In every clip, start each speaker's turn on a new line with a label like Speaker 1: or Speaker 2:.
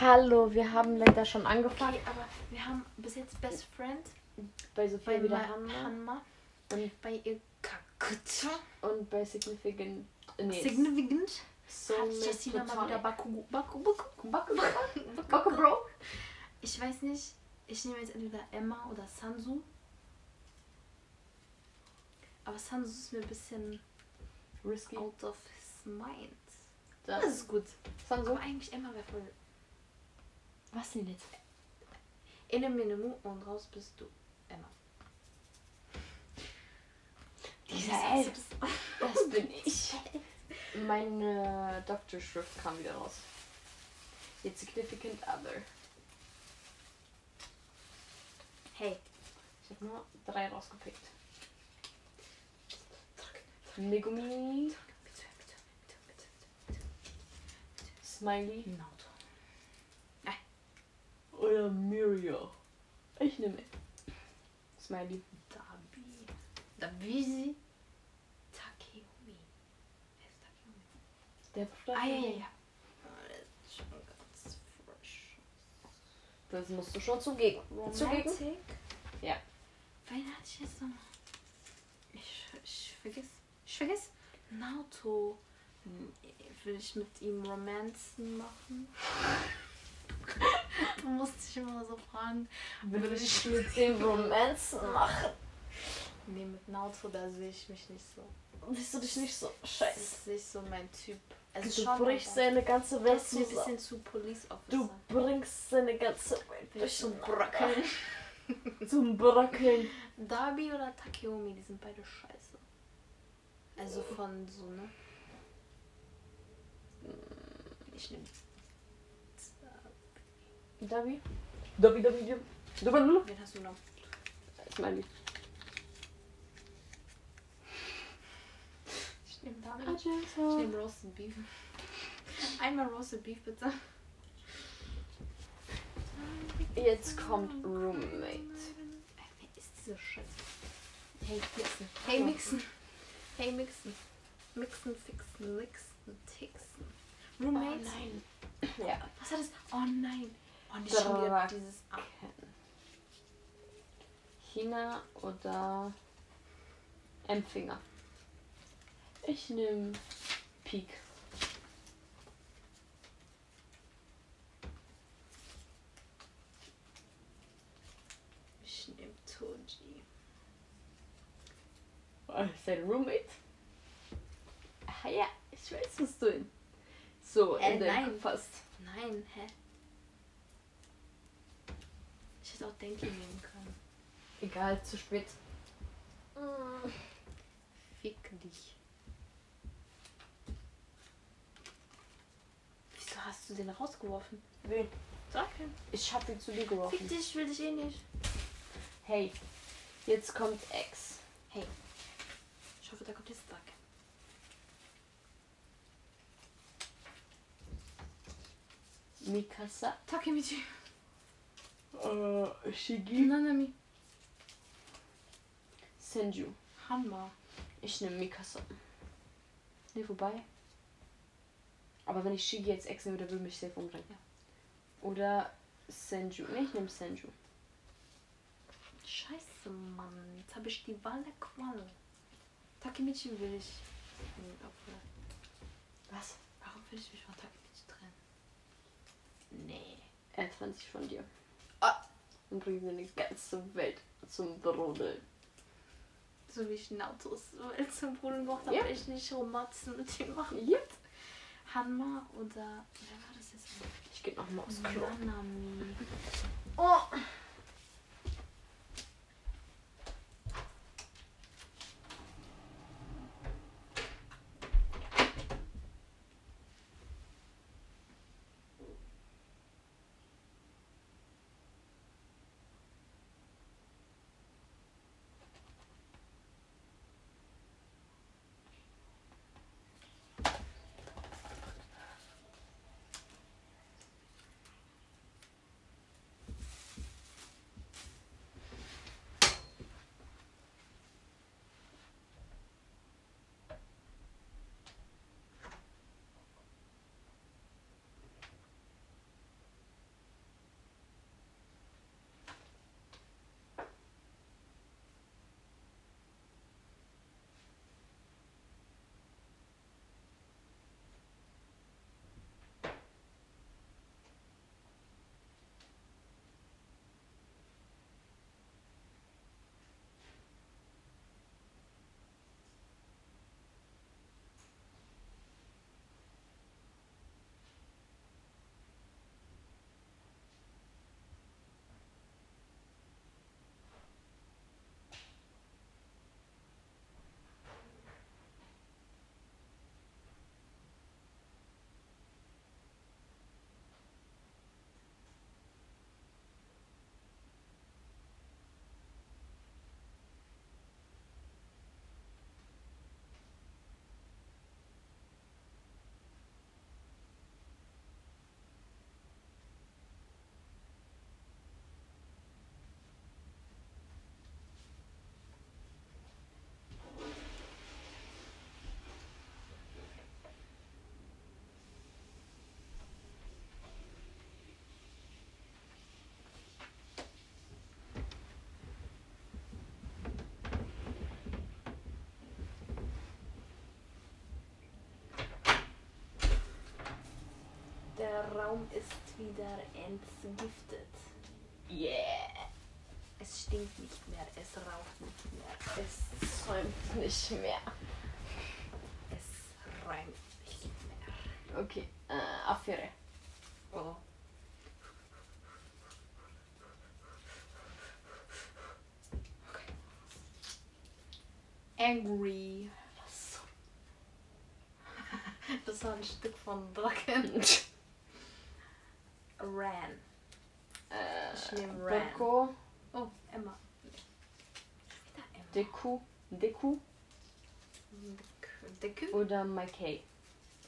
Speaker 1: Hallo, wir haben leider schon angefangen.
Speaker 2: Okay, aber wir haben bis jetzt Best Friend
Speaker 1: Bei
Speaker 2: bei
Speaker 1: Sophia wieder
Speaker 2: Ma
Speaker 1: Hanna
Speaker 2: Hanma
Speaker 1: und,
Speaker 2: bei ihr Kakutsu.
Speaker 1: und bei Significant. äh, Nee,
Speaker 2: Significant
Speaker 1: so
Speaker 2: hat Jessina mal wieder Bakugo. Baku, Baku, Baku, Baku,
Speaker 1: Backe, Bro.
Speaker 2: Ich weiß nicht, ich nehme jetzt entweder Emma oder Sansu. Aber Sansu ist mir ein bisschen
Speaker 1: Risky.
Speaker 2: out of his mind. Das
Speaker 1: Das.
Speaker 2: ist gut.
Speaker 1: Sanso.
Speaker 2: Aber eigentlich Emma wäre voll.
Speaker 1: Was denn jetzt?
Speaker 2: In dem Minimum und raus bist du Emma.
Speaker 1: Dieser Elf, das bin ich. Meine Doktorschrift kam wieder raus. Jetzt Significant Other.
Speaker 2: Hey.
Speaker 1: Ich habe nur drei rausgepickt. Megumi,
Speaker 2: Bitte, bitte, bitte, bitte,
Speaker 1: Smiley
Speaker 2: bitte. Naoto.
Speaker 1: oder Mirio. Ich nehme Smiley.
Speaker 2: Dabi. Dabisi. Takehumi. Wer ist Takehumi?
Speaker 1: Der Bruder.
Speaker 2: Ah, ja, ja, ja. Das ist schon ganz frisch.
Speaker 1: Das musst du schon zugeben. Zugeben?
Speaker 2: Romantic?
Speaker 1: Ja.
Speaker 2: Wen hatte ich jetzt nochmal? Ich, ich vergiss. Ich vergiss. Naoto. Hm, Will ich mit ihm Romanzen machen? du musst dich immer so fragen.
Speaker 1: Würde ich mit dem Romanzen machen.
Speaker 2: Nee, mit Naoto, da sehe ich mich nicht so.
Speaker 1: Siehst du dich nicht so
Speaker 2: Das
Speaker 1: scheiße?
Speaker 2: ist nicht so mein Typ. Also
Speaker 3: Also
Speaker 1: Du
Speaker 2: schon,
Speaker 1: brichst
Speaker 2: aber
Speaker 1: seine ganze
Speaker 2: der
Speaker 1: Welt
Speaker 2: ist mir ein
Speaker 1: zusammen.
Speaker 2: bisschen zu Police Officer.
Speaker 1: Du bringst seine ganze Welt
Speaker 2: Bin ich so
Speaker 1: durcheinander. zum Bröckeln.
Speaker 2: Darby oder Takeomi, die sind beide scheiße. Also von so, ne? Hm. Ich nehme.
Speaker 1: Davi? Davi, Davi, Davi. Davi,
Speaker 2: Wen hast du noch?
Speaker 1: Smiley.
Speaker 2: Ich nehme Darby.
Speaker 1: Ah,
Speaker 2: Ah, Ich nehme Roasted Beef. Einmal Roasted Beef, bitte.
Speaker 1: Jetzt kommt Roommate.
Speaker 2: Ey, Äh, wer ist diese Scheiße? Hey, Mixen. Hey, Mixen. Hey, Mixen. Mixen, Fixen, Mixen, Tixen.
Speaker 1: Oh,
Speaker 2: Roommate.
Speaker 1: Ja.
Speaker 2: Was hat das? Oh nein. Oh, nicht schon wieder
Speaker 1: Drack.
Speaker 2: dieses A.
Speaker 1: China oder Empfänger. Ich nehme Peak.
Speaker 2: Ich nehme Toji.
Speaker 1: Oh, Sein Roommate? Ah ja, ich weiß, was du in. So,
Speaker 2: Äh,
Speaker 1: in der
Speaker 2: nein.
Speaker 1: Oh, fast.
Speaker 2: Nein, hä? Ich hätte auch Denki nehmen können.
Speaker 1: Egal, zu spät.
Speaker 2: Fick dich. Wieso hast du den rausgeworfen?
Speaker 1: Wen?
Speaker 2: Sag ihn.
Speaker 1: Ich hab ihn zu dir
Speaker 2: Fick
Speaker 1: geworfen.
Speaker 2: dich, ich will dich eh nicht.
Speaker 1: Hey, jetzt kommt X.
Speaker 2: Ich hoffe, da kommt jetzt Draken.
Speaker 1: Mikasa.
Speaker 2: Takemichi.
Speaker 1: Äh,
Speaker 2: Hm?
Speaker 1: Shigi.
Speaker 2: Nanami.
Speaker 1: Senju.
Speaker 2: Hanma.
Speaker 1: Ich nehme Mikasa. Ne, wobei. Aber wenn ich Shigi jetzt Ex nehme, der will mich safe umbringen.
Speaker 2: Ja.
Speaker 1: Oder Senju. Ne, ich nehme Senju.
Speaker 2: Scheiße, Mann. Jetzt habe ich die Wahl der Qual. Hm, Takemichi will ich. Nee, obwohl.
Speaker 1: Was?
Speaker 2: Warum will ich mich von Takemichi trennen?
Speaker 1: Nee. Er trennt sich von dir.
Speaker 2: Ah.
Speaker 1: Und bringt deine ganze Welt zum Brodeln.
Speaker 2: So wie ich Nautos zum Brunnen gemacht habe,
Speaker 1: Ja.
Speaker 2: ich nicht Romanzen mit ihm machen.
Speaker 1: Yep.
Speaker 2: Hanma oder. Wer war das jetzt?
Speaker 1: Ich geh nochmal aufs Klo.
Speaker 2: Nanami.
Speaker 1: Oh.
Speaker 2: Der Raum ist wieder entgiftet.
Speaker 1: Yeah.
Speaker 2: Es stinkt nicht mehr, es raucht nicht mehr, es,
Speaker 1: Es räumt nicht mehr.
Speaker 2: es reimt nicht mehr.
Speaker 1: Okay. Äh, Affäre.
Speaker 2: Oh. Angry. Das war ein Stück von Drachen. Ran.
Speaker 1: äh,
Speaker 2: Ich nehme Ran.
Speaker 1: Boko.
Speaker 2: Oh, Emma. Wieder Emma.
Speaker 1: Deku. Deku.
Speaker 2: Dick. Dicke?
Speaker 1: Oder Mikey.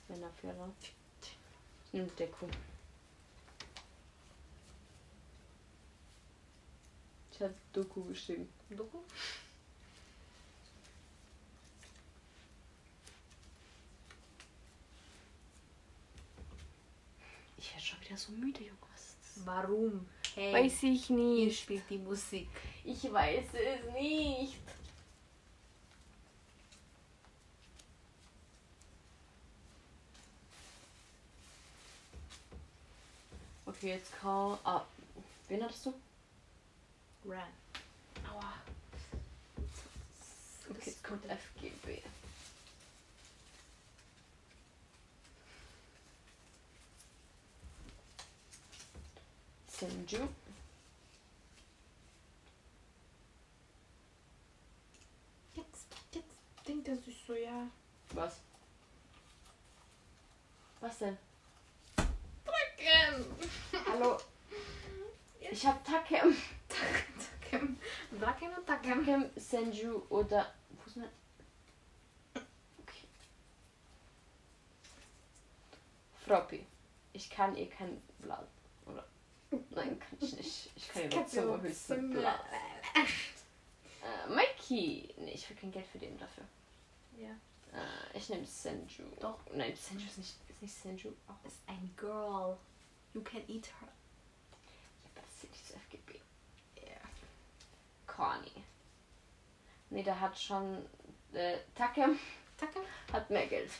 Speaker 1: Wenn Affäre. Nimm Deku. Ich hab Doku geschrieben.
Speaker 2: Doku?
Speaker 1: Ich werde schon wieder so müde, Junge. Was ist
Speaker 2: Warum? Hey,
Speaker 1: Weiß ich
Speaker 2: ihr
Speaker 1: nicht.
Speaker 2: spielt die Musik.
Speaker 1: Ich weiß es nicht. Okay, jetzt kaum. Ah, wen hattest du?
Speaker 2: Ran. Aua.
Speaker 1: Okay, jetzt kommt FGB. Senju.
Speaker 2: Jetzt, jetzt denkt er sich so, ja.
Speaker 1: Was? Was denn?
Speaker 2: Drachen!
Speaker 1: Hallo? Ich hab Takem.
Speaker 2: Drachen Drachen und Drachen.
Speaker 1: Takem, Senju oder. Wo ist mein. Okay. Froppi. Ich kann ihr kein Blasen. Oder. Nein, kann ich nicht. Ich kann ihre Zunge höchstens blasen. Äh, Mikey. Nee, ich will kein Geld für den dafür.
Speaker 2: Ja.
Speaker 1: Äh, ich nehme Senju. Doch. Nein, Senju ist nicht. Ist nicht Senju. Auch.
Speaker 2: Ist ein Girl. You can eat her.
Speaker 1: Ich hab das nicht zu FGB. Corny. Nee, der hat schon. Äh, Takem
Speaker 2: Tacken?
Speaker 1: hat mehr Geld.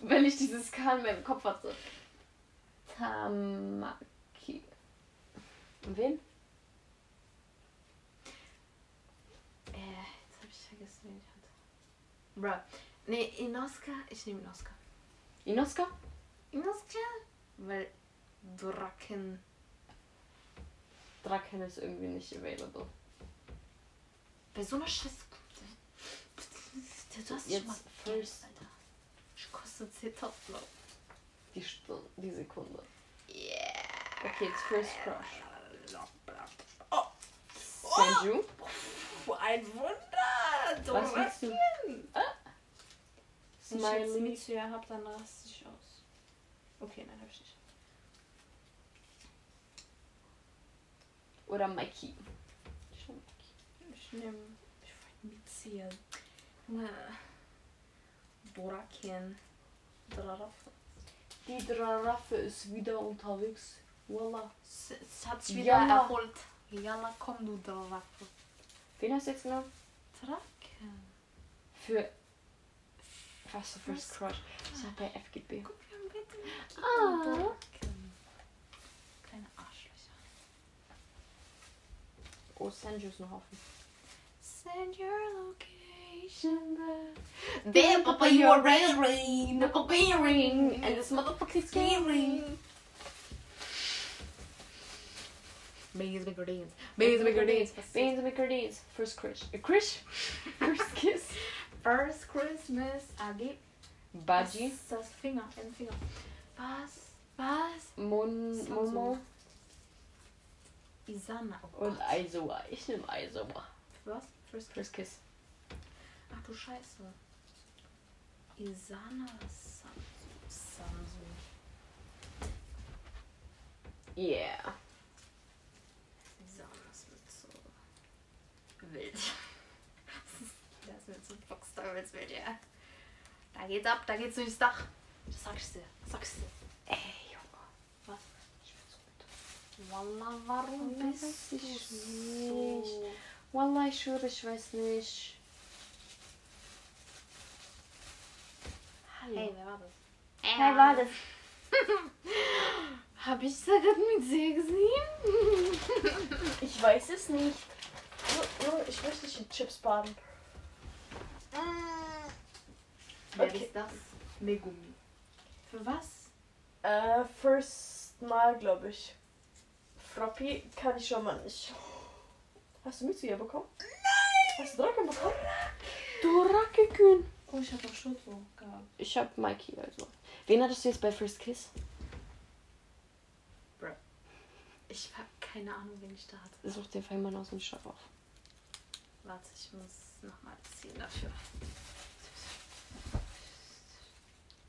Speaker 1: weil ich dieses K in meinem Kopf hatte. Tamaki. Und wen?
Speaker 2: Äh, jetzt hab ich vergessen, wen ich hatte. Bruh. Nee, Inoska. Ich nehme Inoska.
Speaker 1: Inoska?
Speaker 2: Inoska? Weil Drachen.
Speaker 1: Draken ist irgendwie nicht available.
Speaker 2: Bei so einer Scheiße. Du hast schon
Speaker 1: Jetzt
Speaker 2: mal
Speaker 1: first.
Speaker 2: Alter. Ich kostet 10.000 Euro.
Speaker 1: Die Stunde, die Sekunde.
Speaker 2: Yeah.
Speaker 1: Okay, jetzt First Crush.
Speaker 2: Oh,
Speaker 1: Sanju?
Speaker 2: ein Wunder! Du
Speaker 1: Was willst du?
Speaker 2: Smiley.
Speaker 1: Smiley.
Speaker 2: Wenn ich zu ihr hab, dann raste ich aus. Okay, nein, hab ich nicht.
Speaker 1: Oder Mikey? Schon Mikey.
Speaker 2: Ich nehme. Ich wollte Mitziehen. Junge. Borakin. Draraf.
Speaker 1: Die Draraffe ist wieder unterwegs. Voila.
Speaker 2: Es, es hat's wieder
Speaker 1: wieder
Speaker 2: erholt. Jalla, komm du Draraf.
Speaker 1: Wen hast du jetzt genommen?
Speaker 2: Draken.
Speaker 1: Für. Was für First
Speaker 2: First
Speaker 1: Crush? Ich hab bei FGB.
Speaker 2: Guck, wir haben Wetten.
Speaker 1: Ah.
Speaker 2: Draken. Kleine Arschlöcher.
Speaker 1: Oh, Sanju ist noch offen.
Speaker 2: Send your location back. Damn, Papa, you are raring. The
Speaker 1: Ring
Speaker 2: ring
Speaker 1: and
Speaker 2: and
Speaker 1: this motherfucking
Speaker 2: scary.
Speaker 1: scary.
Speaker 2: Beans, bigger beans.
Speaker 1: Beans and McGreens. Beans and McGreens. First crush. A crush? First kiss.
Speaker 2: First Christmas, I give
Speaker 1: Baji.
Speaker 2: us Das Finger, ein Finger. Was? Was?
Speaker 1: Mon,
Speaker 2: Sansu.
Speaker 1: Momo
Speaker 2: Isana. Oh
Speaker 1: und
Speaker 2: Gott.
Speaker 1: Aizawa. Ich nehme Aizawa.
Speaker 2: Was? First Christmas.
Speaker 1: First kiss.
Speaker 2: Ach du Scheiße. Isana Samsu. Samsu.
Speaker 1: Yeah.
Speaker 2: Isana ist mit so wild. das ist mit so Foxteufels wild, ja. Da geht's ab, da geht's durchs Dach. Das sagst du, sagst du.
Speaker 1: Ey, Junge.
Speaker 2: Was?
Speaker 1: Ich bin so gut.
Speaker 2: Walla, warum
Speaker 1: Walla,
Speaker 2: bist
Speaker 1: weiß
Speaker 2: du
Speaker 1: ich
Speaker 2: so?
Speaker 1: nicht. Wallah, ich schwöre, ich weiß nicht.
Speaker 2: Hey, wer war das?
Speaker 1: Hey, war das?
Speaker 2: Habe ich Sagat mit sehr gesehen?
Speaker 3: Ich weiß es nicht. Junge, ich möchte nicht in Chips baden.
Speaker 2: Wer
Speaker 3: Okay.
Speaker 2: ist das? Megumi. Für was?
Speaker 3: Äh, first Mal, glaube ich. Frappi kann ich schon mal nicht. Hast du Mitsuya bekommen? Nein! Hast du Draken bekommen?
Speaker 1: Du Rackekühn.
Speaker 2: Oh, ich habe doch Shoto gehabt.
Speaker 1: Ich hab Mikey, also. Wen hattest du jetzt bei First Kiss?
Speaker 2: Ich habe keine Ahnung, wen ich da hatte.
Speaker 1: Such dir vorhin mal aus und schreib auf.
Speaker 2: Warte, ich muss nochmal ziehen dafür.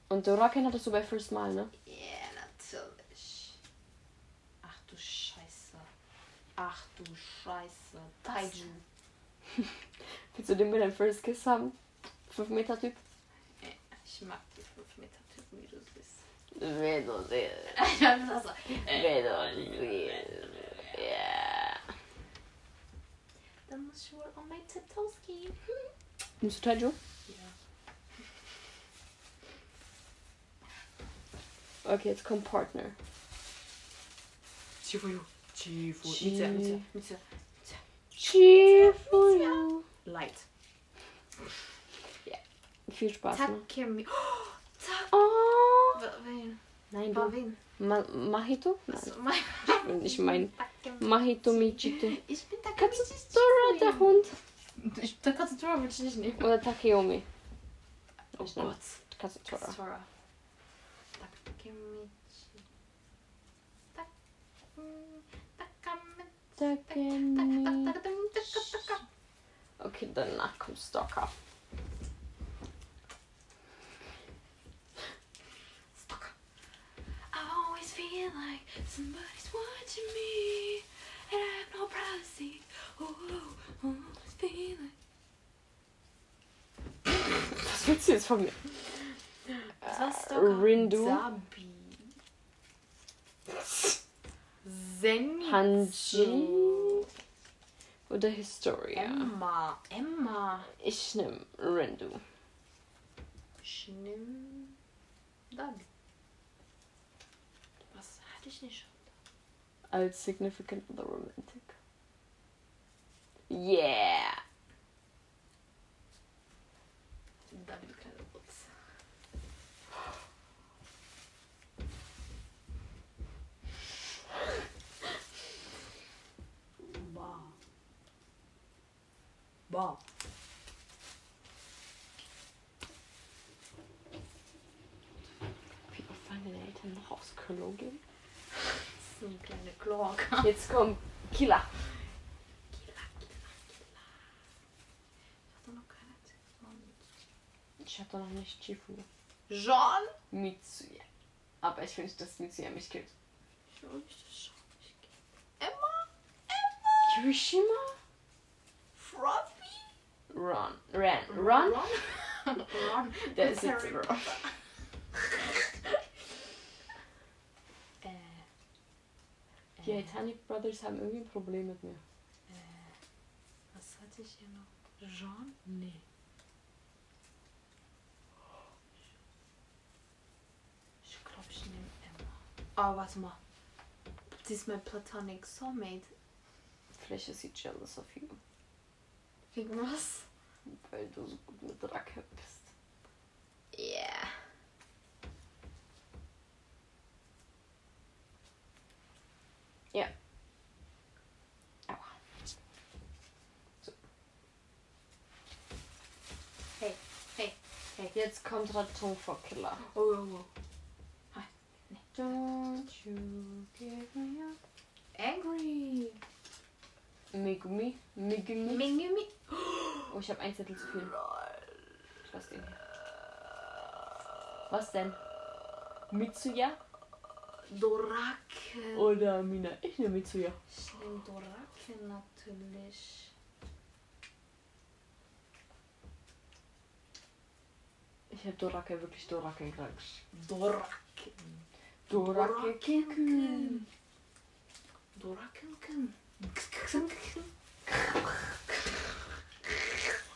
Speaker 1: Und Doraken hattest du bei First Mal, ne?
Speaker 2: Ja, natürlich. Ach du Scheiße. Ach du Scheiße. Taiju.
Speaker 1: Willst du den mit deinem First Kiss haben? 5 Meter Typ?
Speaker 2: Ich mag die 5 Meter Typen, wie du bist.
Speaker 1: Wenn du willst.
Speaker 2: also,
Speaker 1: Wenn du willst. Ja.
Speaker 2: dann muss ich wohl on my tiptoes gehen.
Speaker 1: Nimmst du Taiju?
Speaker 2: Ja.
Speaker 1: Okay, jetzt kommt Partner.
Speaker 2: Chifuyu. Chifuyu.
Speaker 1: Chi-
Speaker 2: Mitsuya, Mitsuya, Mitsuya.
Speaker 1: Cheerful.
Speaker 2: Light.
Speaker 1: Viel Spaß, ne?
Speaker 2: Takemi. Oh, Tak.
Speaker 1: Oh.
Speaker 2: Wer- Wen?
Speaker 1: Nein,
Speaker 2: War
Speaker 1: du.
Speaker 2: wen?
Speaker 1: Ma Mahito? Nein.
Speaker 2: Also, mein.
Speaker 1: Ich mein
Speaker 2: Takemi.
Speaker 1: Mahito Michito.
Speaker 2: Ich bin Takemichi.
Speaker 1: Katsutora, der Hund.
Speaker 2: Ich, der Katzentora will ich nicht nehmen.
Speaker 1: Oder Takeomi.
Speaker 2: Oh
Speaker 1: Ich nehm
Speaker 2: Gott.
Speaker 1: Katsutora.
Speaker 2: Katzentora. Takemichi. Tak. Takamichi.
Speaker 1: Tak, Takeomi. Okay, danach kommt Stalker.
Speaker 2: Stalker. I always feel like somebody's watching me, and I have no privacy. Ooh, always feel like.
Speaker 1: Was willst du jetzt von mir?
Speaker 2: Das war Stalker.
Speaker 1: Rindu.
Speaker 2: Sabi. Zenitsu.
Speaker 1: Hanji. Oder Historia?
Speaker 2: Emma. Emma.
Speaker 1: Ich nehm Rindu.
Speaker 2: Ich nehm Sabi. Was hatte ich nicht schon?
Speaker 1: Als Significant Other Romantic. Yeah!
Speaker 2: Sabi, du kleine Wurz. Bah. Bah.
Speaker 1: Wie oft waren deine Eltern noch aufs Klo gehen?
Speaker 2: Das ist eine kleine Kloake.
Speaker 1: Jetzt kommt Killer. Ich hab doch noch nicht Chifu.
Speaker 2: Jean?
Speaker 1: Mitsuya. Aber ich wünsche, dass Mitsuya mich killt.
Speaker 2: Ich will nicht, dass Jean mich geht. Emma?
Speaker 1: Kirishima?
Speaker 2: Froppy?
Speaker 1: Ron. Ran. Ron?
Speaker 2: Ron? Ron.
Speaker 1: Der ist jetzt
Speaker 2: Harry
Speaker 1: Ron.
Speaker 2: Potter. äh,
Speaker 1: Die Titanic Brothers haben irgendwie ein Problem mit mir.
Speaker 2: was hatte ich hier noch? Jean? Nee. Ich glaube, ich nehme Emma. Oh, warte mal. Sie ist mein platonic soulmate.
Speaker 1: Vielleicht ist sie jealous of you,
Speaker 2: Wegen was?
Speaker 1: weil du so gut mit Rache bist.
Speaker 2: Yeah.
Speaker 1: Aua.
Speaker 2: Hey, hey, hey.
Speaker 1: Jetzt kommt Raton for Killer.
Speaker 2: Oh, oh, oh.
Speaker 1: Don't you give me up.
Speaker 2: Angry.
Speaker 1: Megumi? Megumi?
Speaker 2: Mingumi.
Speaker 1: Oh, ich habe ein Zettel zu viel. Ich lass den hier. Was denn? Mitsuya
Speaker 2: Dorake.
Speaker 1: oder Mina? Ich nehme Mitsuya.
Speaker 2: Ich nehme Dorake natürlich.
Speaker 1: Ich habe Dorake wirklich Dorake gesagt.
Speaker 2: Dorake.
Speaker 1: Dorake Kiku.
Speaker 2: Doraken. Doraken.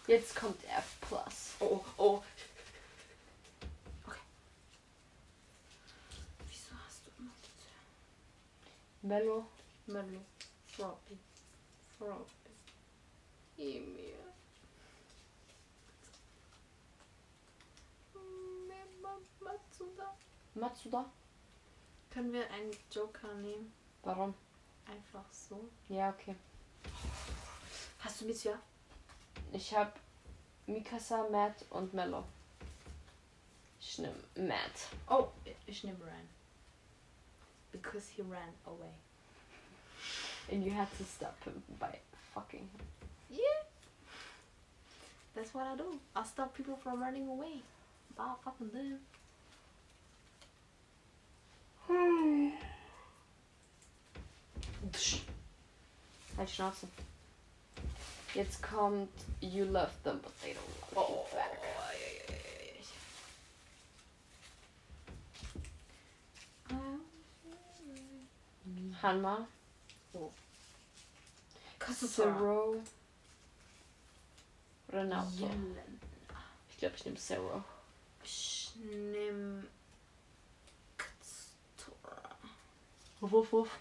Speaker 1: Jetzt kommt F+.
Speaker 2: Oh, oh. Okay.
Speaker 1: Mello.
Speaker 2: Mello. Froppy. Froppy. Emil. Mm, Ma- Matsuda.
Speaker 1: Matsuda?
Speaker 2: Können wir einen Joker nehmen?
Speaker 1: Warum?
Speaker 2: Einfach so.
Speaker 1: Ja, okay.
Speaker 2: Hast du Mitsuya?
Speaker 1: Ich hab Mikasa, Matt und Mello. Ich nehm Matt.
Speaker 2: Oh, ich nehme Ran. Because he ran away.
Speaker 1: And you had to stop him by fucking him.
Speaker 2: That's what I do. I stop people from running away. Bah, fucking them.
Speaker 1: Halt Schnauze. Jetzt kommt You Love Them, but they don't love
Speaker 2: Oh.
Speaker 1: you back.
Speaker 2: Um,
Speaker 1: Hanma,
Speaker 2: Kasura.
Speaker 1: Zero, Renato.
Speaker 2: Yellen.
Speaker 1: Ich glaube, ich nehme Zero.
Speaker 2: Ich nehm Katsura.
Speaker 1: Wuff, wuff.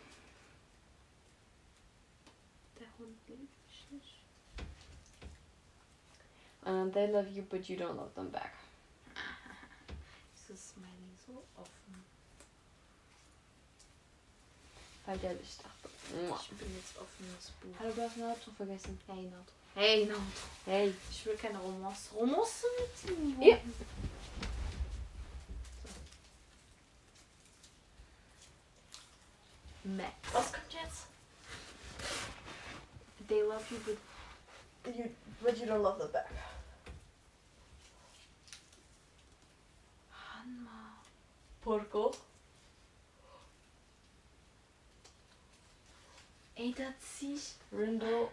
Speaker 2: Der Hund liebt mich nicht.
Speaker 1: And Ähm, they love you, but you don't love them back.
Speaker 2: Dieses Smiley so offen.
Speaker 1: Weil der sich dachte. Mua.
Speaker 2: Ich bin jetzt offenes Buch.
Speaker 1: Hallo, du hast Naruto vergessen.
Speaker 2: Hey, Nato. Hey, Nato.
Speaker 1: Hey.
Speaker 2: Ich will keine Romance. Romance mit ihm.
Speaker 1: Ja.
Speaker 2: Matt.
Speaker 3: Was kommt jetzt?
Speaker 2: They love you, but
Speaker 3: You, but you don't love them back.
Speaker 2: Hanma.
Speaker 3: Porco.
Speaker 2: Ey, da zieh ich.
Speaker 3: Rindo.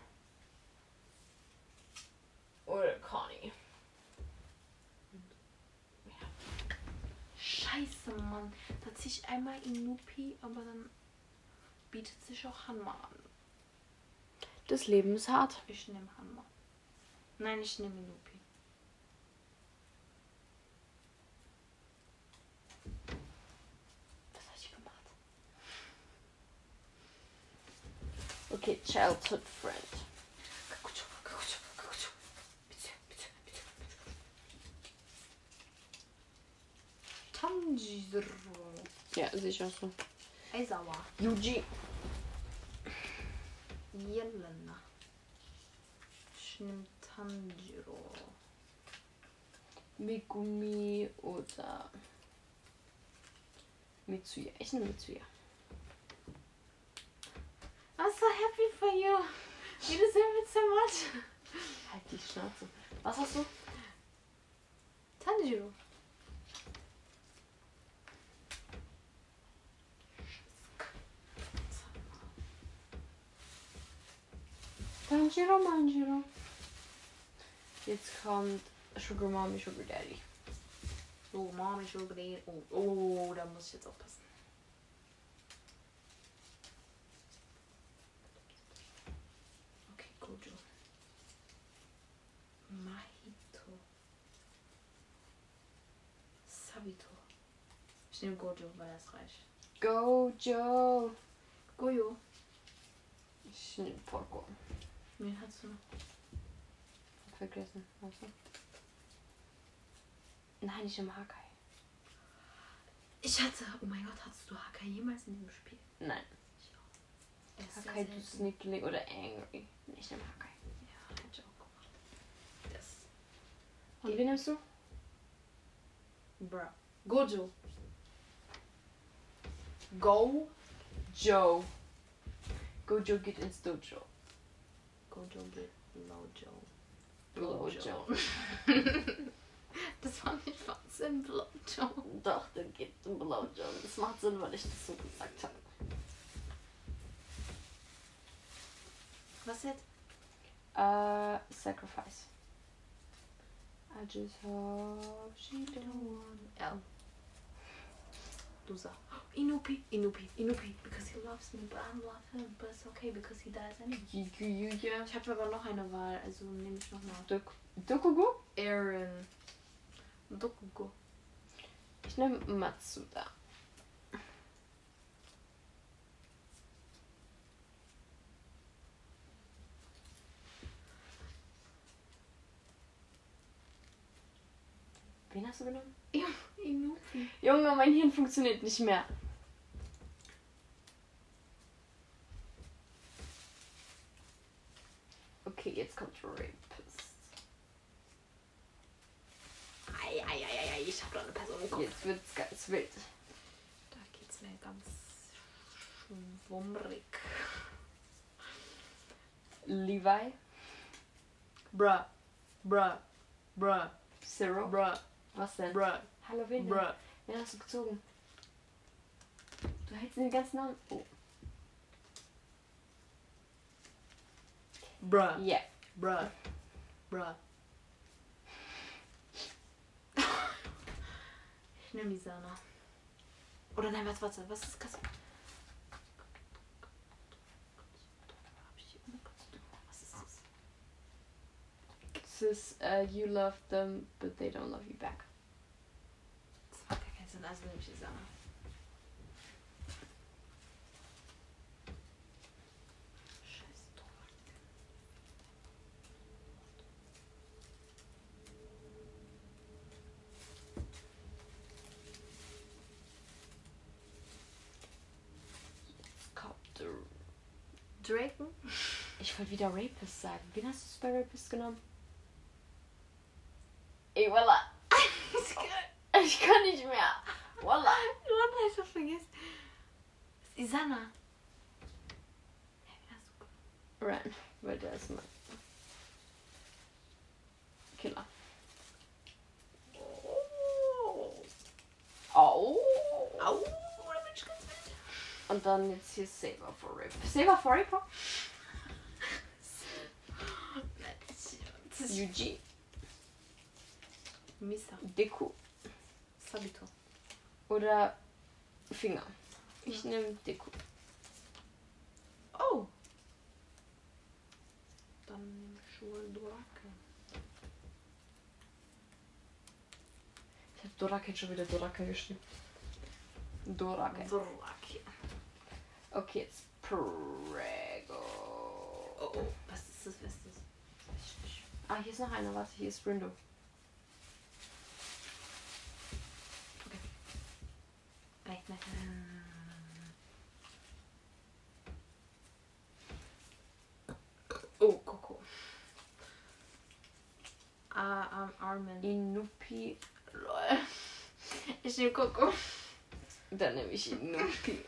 Speaker 3: Oder Connie.
Speaker 2: Scheiße, Mann. Da zieh ich einmal Inupi, aber dann bietet sich auch Hanma an.
Speaker 1: Das Leben ist hart.
Speaker 2: Ich nehme Hanma. Nein, ich nehme Inupi.
Speaker 1: Was habe ich gemacht? Okay, Childhood Friend.
Speaker 2: Kakucho, Kakucho, Kakucho. Bitte, bitte, bitte, bitte. Tanjiro.
Speaker 1: Ja, sicher so.
Speaker 2: Aizawa.
Speaker 1: Yuji.
Speaker 2: Yelena. Ich nehme Tanjiro.
Speaker 1: Megumi oder Mitsuya. Ich nehme Mitsuya.
Speaker 2: I'm so happy for you. You deserve it so much.
Speaker 1: Halt die Schnauze. Was hast du?
Speaker 2: Tanjiro.
Speaker 1: Tanjiro Manjiro. Jetzt kommt Sugar Mommy, Sugar Daddy.
Speaker 2: Oh, Mom, ich will gedreht. Oh, oh, da muss ich jetzt aufpassen. Okay, Gojo. Mahito. Sabito. Ich nehme Gojo, weil er ist reich.
Speaker 1: Gojo.
Speaker 2: Gojo.
Speaker 1: Ich nehme Porco.
Speaker 2: Wen hast du noch?
Speaker 1: Hab vergessen. Also. Nein, ich nehme Hakai.
Speaker 2: Ich hatte, oh mein Gott, hattest du Hakai jemals in dem Spiel?
Speaker 1: Nein.
Speaker 2: Er ist sehr
Speaker 1: Hakai, du
Speaker 2: selten.
Speaker 1: Snickling oder Angry. Ich nehme Hakai.
Speaker 2: Ja, hätte ich auch gemacht. Das.
Speaker 1: Und wen nimmst du?
Speaker 2: Bruh. Gojo. Go.
Speaker 1: Joe. Gojo geht ins Dojo.
Speaker 2: Gojo geht Blowjo.
Speaker 1: Blowjo.
Speaker 2: Das war nicht Wahnsinn, Blowjo.
Speaker 1: Doch, der geht zum Blowjob. Das macht Sinn, weil ich das so gesagt habe.
Speaker 2: Was jetzt?
Speaker 1: Äh, Sacrifice. I just hope she don't want
Speaker 2: L. Dusa. Inupi, Inupi, Inupi. Because he loves me, but I don't love him. But it's okay, because he dies anyway.
Speaker 1: Gigiyuya.
Speaker 2: Ich habe aber noch eine Wahl, also nehme ich nochmal.
Speaker 1: Dok Dokugo?
Speaker 2: Aaron. Dokugo.
Speaker 1: Ich nehme Matsuda. hast du genommen?
Speaker 2: Inupi.
Speaker 1: Junge, mein Hirn funktioniert nicht mehr. Okay, jetzt kommt Rapist.
Speaker 2: Ei, ei, ei, ei, ei, ich hab doch eine Person im Kopf.
Speaker 1: Jetzt wird's ganz wild.
Speaker 2: Da geht's mir ganz schwummrig.
Speaker 1: Levi,
Speaker 2: Bruh, bruh, bruh,
Speaker 1: Zero.
Speaker 2: bruh,
Speaker 1: Was denn?
Speaker 2: bruh,
Speaker 1: Hallo, wen denn?
Speaker 2: bruh.
Speaker 1: Wen hast du gezogen? Du hältst den ganzen Namen. Oh.
Speaker 2: Bruh.
Speaker 1: ah. Yeah.
Speaker 2: Bruh. Bruh. ich nehme die Sana. Oder nein, was, warte, was ist Kas- Hab ich hier irgendwas? Was ist das?
Speaker 1: This is, uh, you love them, but they don't love you back.
Speaker 2: Das macht ja keinen Sinn, also nehme ich die Sana. Scheiß Drogen.
Speaker 1: Kommt. äh,
Speaker 2: Draken?
Speaker 1: Ich wollte wieder Rapist sagen. Wen hast du bei Rapist genommen? Ey, voila.
Speaker 2: Ist geil.
Speaker 1: Ich kann nicht mehr. Voila.
Speaker 2: Du hast einfach vergessen. Isana. Hä, wen hast du ge-
Speaker 1: Ran, weil der ist mein Killer. Au.
Speaker 2: Au, da bin ich ganz wild.
Speaker 1: Und dann jetzt hier Saber for Rape. Saber for Rape?
Speaker 2: Das ist
Speaker 1: Yuji,
Speaker 2: Misa.
Speaker 1: Deku
Speaker 2: Sabito.
Speaker 1: oder Finger. Ich nehme Deku.
Speaker 2: Oh. Dann nehme ich wohl Dorake.
Speaker 1: Ich habe Doraken schon wieder Doraken geschrieben. Doraken.
Speaker 2: Dorake.
Speaker 1: Okay, jetzt Prego.
Speaker 2: Oh, oh. Was ist das? Was ist das? Ich, ich.
Speaker 1: Ah, hier ist noch einer. Warte, hier ist Brindo.
Speaker 2: Nein, nein, nein. Oh, Coco. Ah, ähm, Armin.
Speaker 1: Inupi.
Speaker 2: Lol. Ich nehme Coco.
Speaker 1: Dann nehme ich Inupi.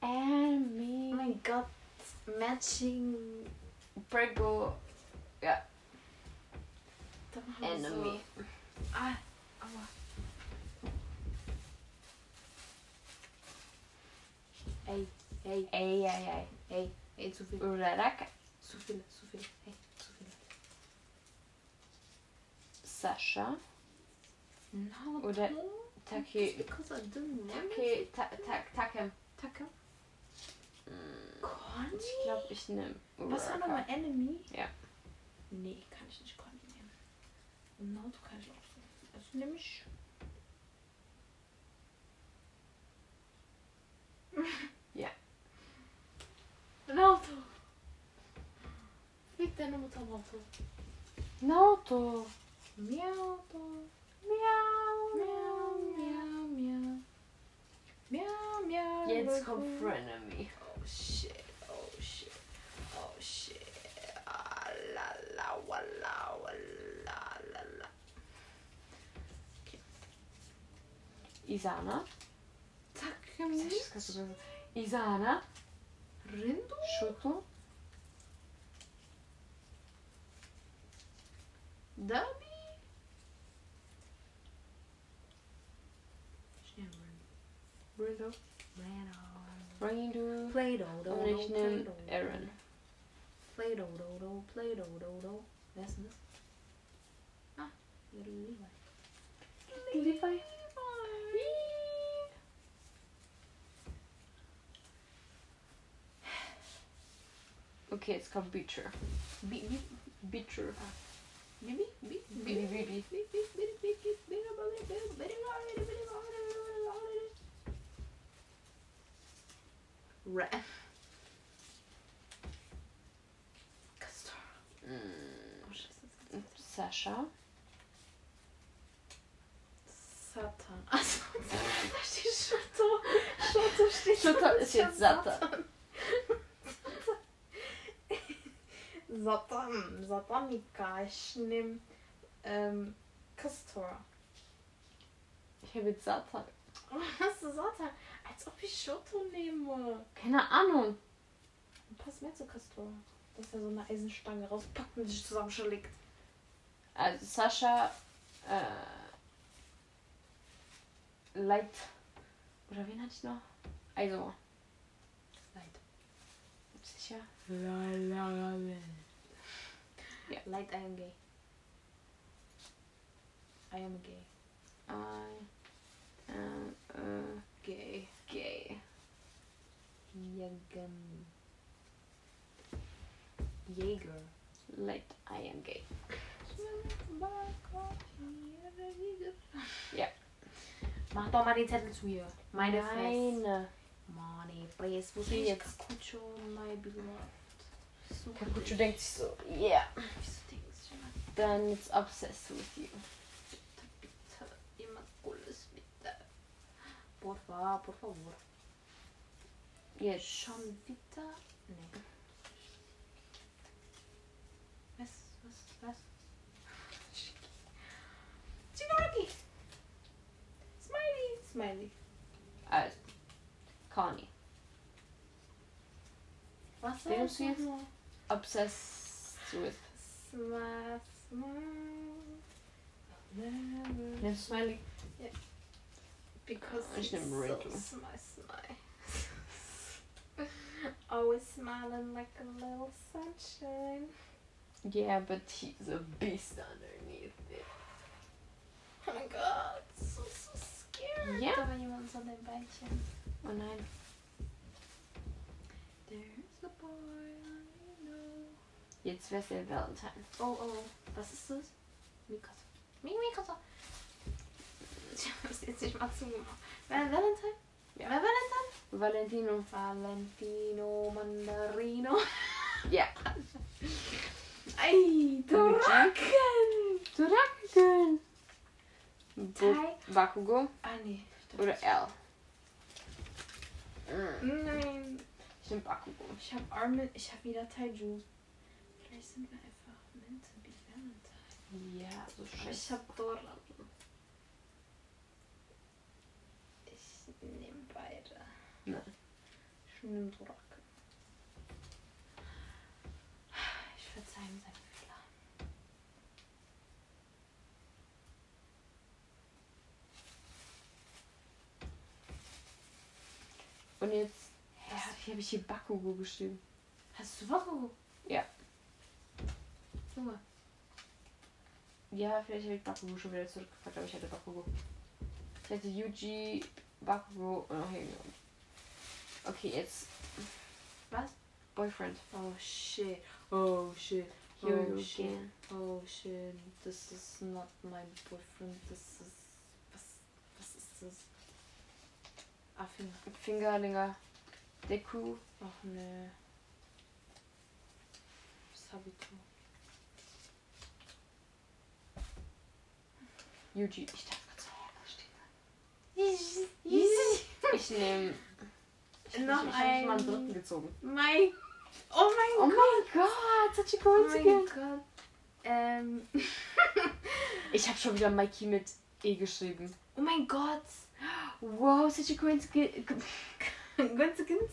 Speaker 1: And
Speaker 2: Oh
Speaker 1: me.
Speaker 2: mein Gott. Matching.
Speaker 1: Prego.
Speaker 2: Da machen wir
Speaker 1: Enemy.
Speaker 2: So. Ah, aua. Ey, ey,
Speaker 1: Ey, ey, ey.
Speaker 2: ey, ey, zu viel.
Speaker 1: Uraraka.
Speaker 2: Zu viel, zu viel. Ey, zu viel.
Speaker 1: Sascha.
Speaker 2: No,
Speaker 1: Oder
Speaker 2: Take.
Speaker 1: Take.
Speaker 2: Because I didn't want
Speaker 1: Take.
Speaker 2: it.
Speaker 1: Ta, ta, Takem.
Speaker 2: Take.
Speaker 1: Mm,
Speaker 2: Conny?
Speaker 1: Ich glaube, ich nehme
Speaker 2: Was war nochmal Enemy?
Speaker 1: Ja.
Speaker 2: Nee, kann ich nicht Conny nehmen. No, du kannst auch so. Also nehme ich.
Speaker 1: Ja.
Speaker 2: Naruto. Fick deine Mutter, Naruto.
Speaker 1: Naoto.
Speaker 2: Miau, do.
Speaker 1: Miau,
Speaker 2: miau, miau, miau. Miau, miau.
Speaker 1: Jetzt
Speaker 2: Naruto.
Speaker 1: kommt Frenemy.
Speaker 2: Oh shit, oh shit, oh shit. Ah, la la wa, la wa, la la la.
Speaker 1: Isana.
Speaker 2: Takumi
Speaker 1: Sascha ist gerade so böse. Isana.
Speaker 2: Rindu?
Speaker 1: Shoto.
Speaker 2: Dami? Ich nehme
Speaker 1: Brindo.
Speaker 2: Rindu.
Speaker 1: Brindo.
Speaker 2: Play-Doh.
Speaker 1: Und ich nehme Aaron.
Speaker 2: Play-Doh, Play-Doh, Wer ist denn das? Ah, Levi.
Speaker 1: Levi. Okay, jetzt kommt Beecher.
Speaker 2: Bi, bi,
Speaker 1: Beecher.
Speaker 2: Bibi, Bibi, Bibi, Bibi, Bibi, Bibi, Bibi, Bibi, Bibi, Bibi,
Speaker 1: Mm.
Speaker 2: Oh, scheiße.
Speaker 1: Sascha.
Speaker 2: Satan. Also, da steht Schotto. Schotto steht
Speaker 1: Schotto ist jetzt Satan.
Speaker 2: Satan. Satanika. Ich nehme ähm, Kastor.
Speaker 1: Ich habe jetzt Satan.
Speaker 2: Was ist Satan? Als ob ich Schotto nehme.
Speaker 1: Keine Ahnung.
Speaker 2: Passt mehr zu Kastor. Dass er so eine Eisenstange rauspackt und sich zusammenschlägt.
Speaker 1: Also Sascha. Äh, Light. Oder wen hatte ich noch? Also.
Speaker 2: Light.
Speaker 1: Sicher.
Speaker 2: Light, I am gay. I am gay.
Speaker 1: I am äh,
Speaker 2: Gay.
Speaker 1: gay.
Speaker 2: Jagen. Jäger.
Speaker 1: Light, I am gay. Ja.
Speaker 2: Mach doch mal den Zettel zu mir. Meine Fresse.
Speaker 1: Meine.
Speaker 2: Meine Fresse. Wo
Speaker 1: Hier
Speaker 2: bin ich?
Speaker 1: jetzt.
Speaker 2: Kakucho, my beloved. Suche
Speaker 1: Kakucho
Speaker 2: dich.
Speaker 1: denkt sich so, yeah,
Speaker 2: Wieso denkst du immer,
Speaker 1: dann it's obsessed with you.
Speaker 2: bitte, bitte, jemand Cooles, bitte. Por favor, por favor.
Speaker 1: Jetzt.
Speaker 2: Schon wieder? Nee. Was, was, was? Chinoraki! Smiley! Smiley.
Speaker 1: Also. uh, Connie.
Speaker 2: Was
Speaker 1: Wer
Speaker 2: soll's
Speaker 1: bist du jetzt?
Speaker 2: noch?
Speaker 1: Obsessed with.
Speaker 2: Smile, smile. Never.
Speaker 1: Nimmst du Smiley?
Speaker 2: Because
Speaker 1: Ich
Speaker 2: it's
Speaker 1: nehm Riddle.
Speaker 2: So smile, smile. Always smiling like a little sunshine.
Speaker 1: Yeah, but he's a beast underneath it.
Speaker 2: Oh mein Gott, so, so scared.
Speaker 1: Ja.
Speaker 2: Da war jemand so an dem Beinchen.
Speaker 1: Oh nein.
Speaker 2: There's a boy I know.
Speaker 1: Jetzt wär's der Valentine.
Speaker 2: Oh, oh, was ist das? Mikasa. Mi- Mikasa. Ich hab's jetzt nicht mal zugemacht. Wer Valentine?
Speaker 1: Ja.
Speaker 2: Wer Valentine?
Speaker 1: Valentino.
Speaker 2: Valentino Mandarino.
Speaker 1: Ja.
Speaker 2: Ey, Draken.
Speaker 1: Dragon.
Speaker 2: Tai.
Speaker 1: Bakugo
Speaker 2: Ah, nee.
Speaker 1: oder L?
Speaker 2: Nein.
Speaker 1: Ich nehm Bakugo.
Speaker 2: Ich hab Armin, ich hab wieder Taiju. Vielleicht sind wir einfach meant to be Valentine.
Speaker 1: Ja, so
Speaker 2: Ich
Speaker 1: scheiße.
Speaker 2: hab Dora. Ich nehme beide.
Speaker 1: Nein.
Speaker 2: Ich nehme Dora. Ich verzeihe ihm seinen Fehler.
Speaker 1: Und jetzt. Hä,
Speaker 2: Was?
Speaker 1: wie habe ich hier Bakugo geschrieben?
Speaker 2: Hast du Waku?
Speaker 1: Ja.
Speaker 2: Junge.
Speaker 1: Ja, vielleicht habe ich Bakugo schon wieder zurückgepackt, aber ich hatte Bakugo. Ich hatte Yuji, Bakugo und auch Hegel. Okay, jetzt
Speaker 2: Was?
Speaker 1: Boyfriend.
Speaker 2: Oh shit. Oh shit.
Speaker 1: Here
Speaker 2: Oh
Speaker 1: you
Speaker 2: shit.
Speaker 1: again.
Speaker 2: Oh shit. This is not my boyfriend. This is. Was, was ist das? Affin.
Speaker 1: Fingerlinger. Deku.
Speaker 2: Ach nö. Sabito.
Speaker 1: Yuji. Ich dachte gerade so, hä, was steht
Speaker 2: Noch
Speaker 1: da? Ich nehme. ich hab nicht mal einen dritten gezogen.
Speaker 2: Mein. Oh
Speaker 1: Oh
Speaker 2: mein Gott.
Speaker 1: mein Gott, such a
Speaker 2: Oh mein
Speaker 1: coincidence.
Speaker 2: Gott. Ähm.
Speaker 1: Ich habe schon wieder Mikey mit E geschrieben.
Speaker 2: Oh mein Gott.
Speaker 1: Wow, such a coincidence.
Speaker 2: Ganz, ganz.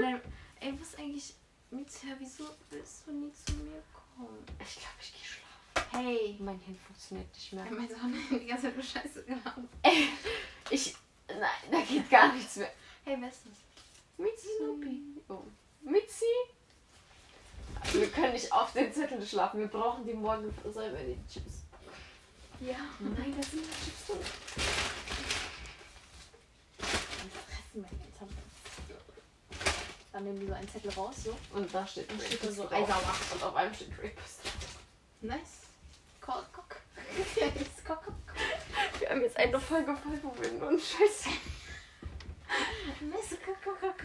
Speaker 2: Nein. Ey, was eigentlich. Mitya, wieso willst du nie zu mir kommen?
Speaker 1: Ich glaube, ich gehe schlafen.
Speaker 2: Hey.
Speaker 1: Mein Hirn funktioniert nicht mehr.
Speaker 2: Ich meine, so eine die ganze Zeit nur Scheiße gemacht.
Speaker 1: Ich. Nein, da geht gar nichts mehr.
Speaker 2: Hey, wer ist das?
Speaker 1: Mitzi Snoopy. Oh. Mitzi? Wir können nicht auf den Zettel schlafen. Wir brauchen die morgen selber die Chips.
Speaker 2: Ja.
Speaker 1: Nein, das sind die Chips drin.
Speaker 2: Fressen mein Zettel. Dann nehmen die so einen Zettel raus, so.
Speaker 1: Und da steht
Speaker 2: Und steht
Speaker 1: Rape
Speaker 2: da so
Speaker 1: so
Speaker 2: Eiser
Speaker 1: Eiserwacht und auf einem steht Rapist.
Speaker 2: Nice. Cock, cock. Yes, cock, cock.
Speaker 1: Wir haben jetzt eine Folge voll, wo wir nur einen Scheiß.
Speaker 2: Nice, cock, cock, cock.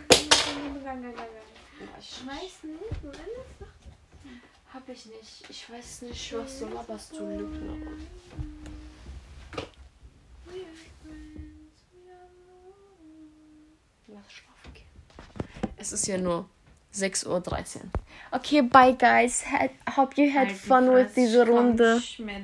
Speaker 1: Ich
Speaker 2: Schmeißen und alles.
Speaker 1: hab glaube ich nicht. Ich weiß nicht, was du laberst, du Lügner. Lass schlafen gehen. Es ist ja nur Halt 6.13 Uhr. Okay, bye guys. Had- Hope you had fun with diese Runde.
Speaker 2: Schmidt.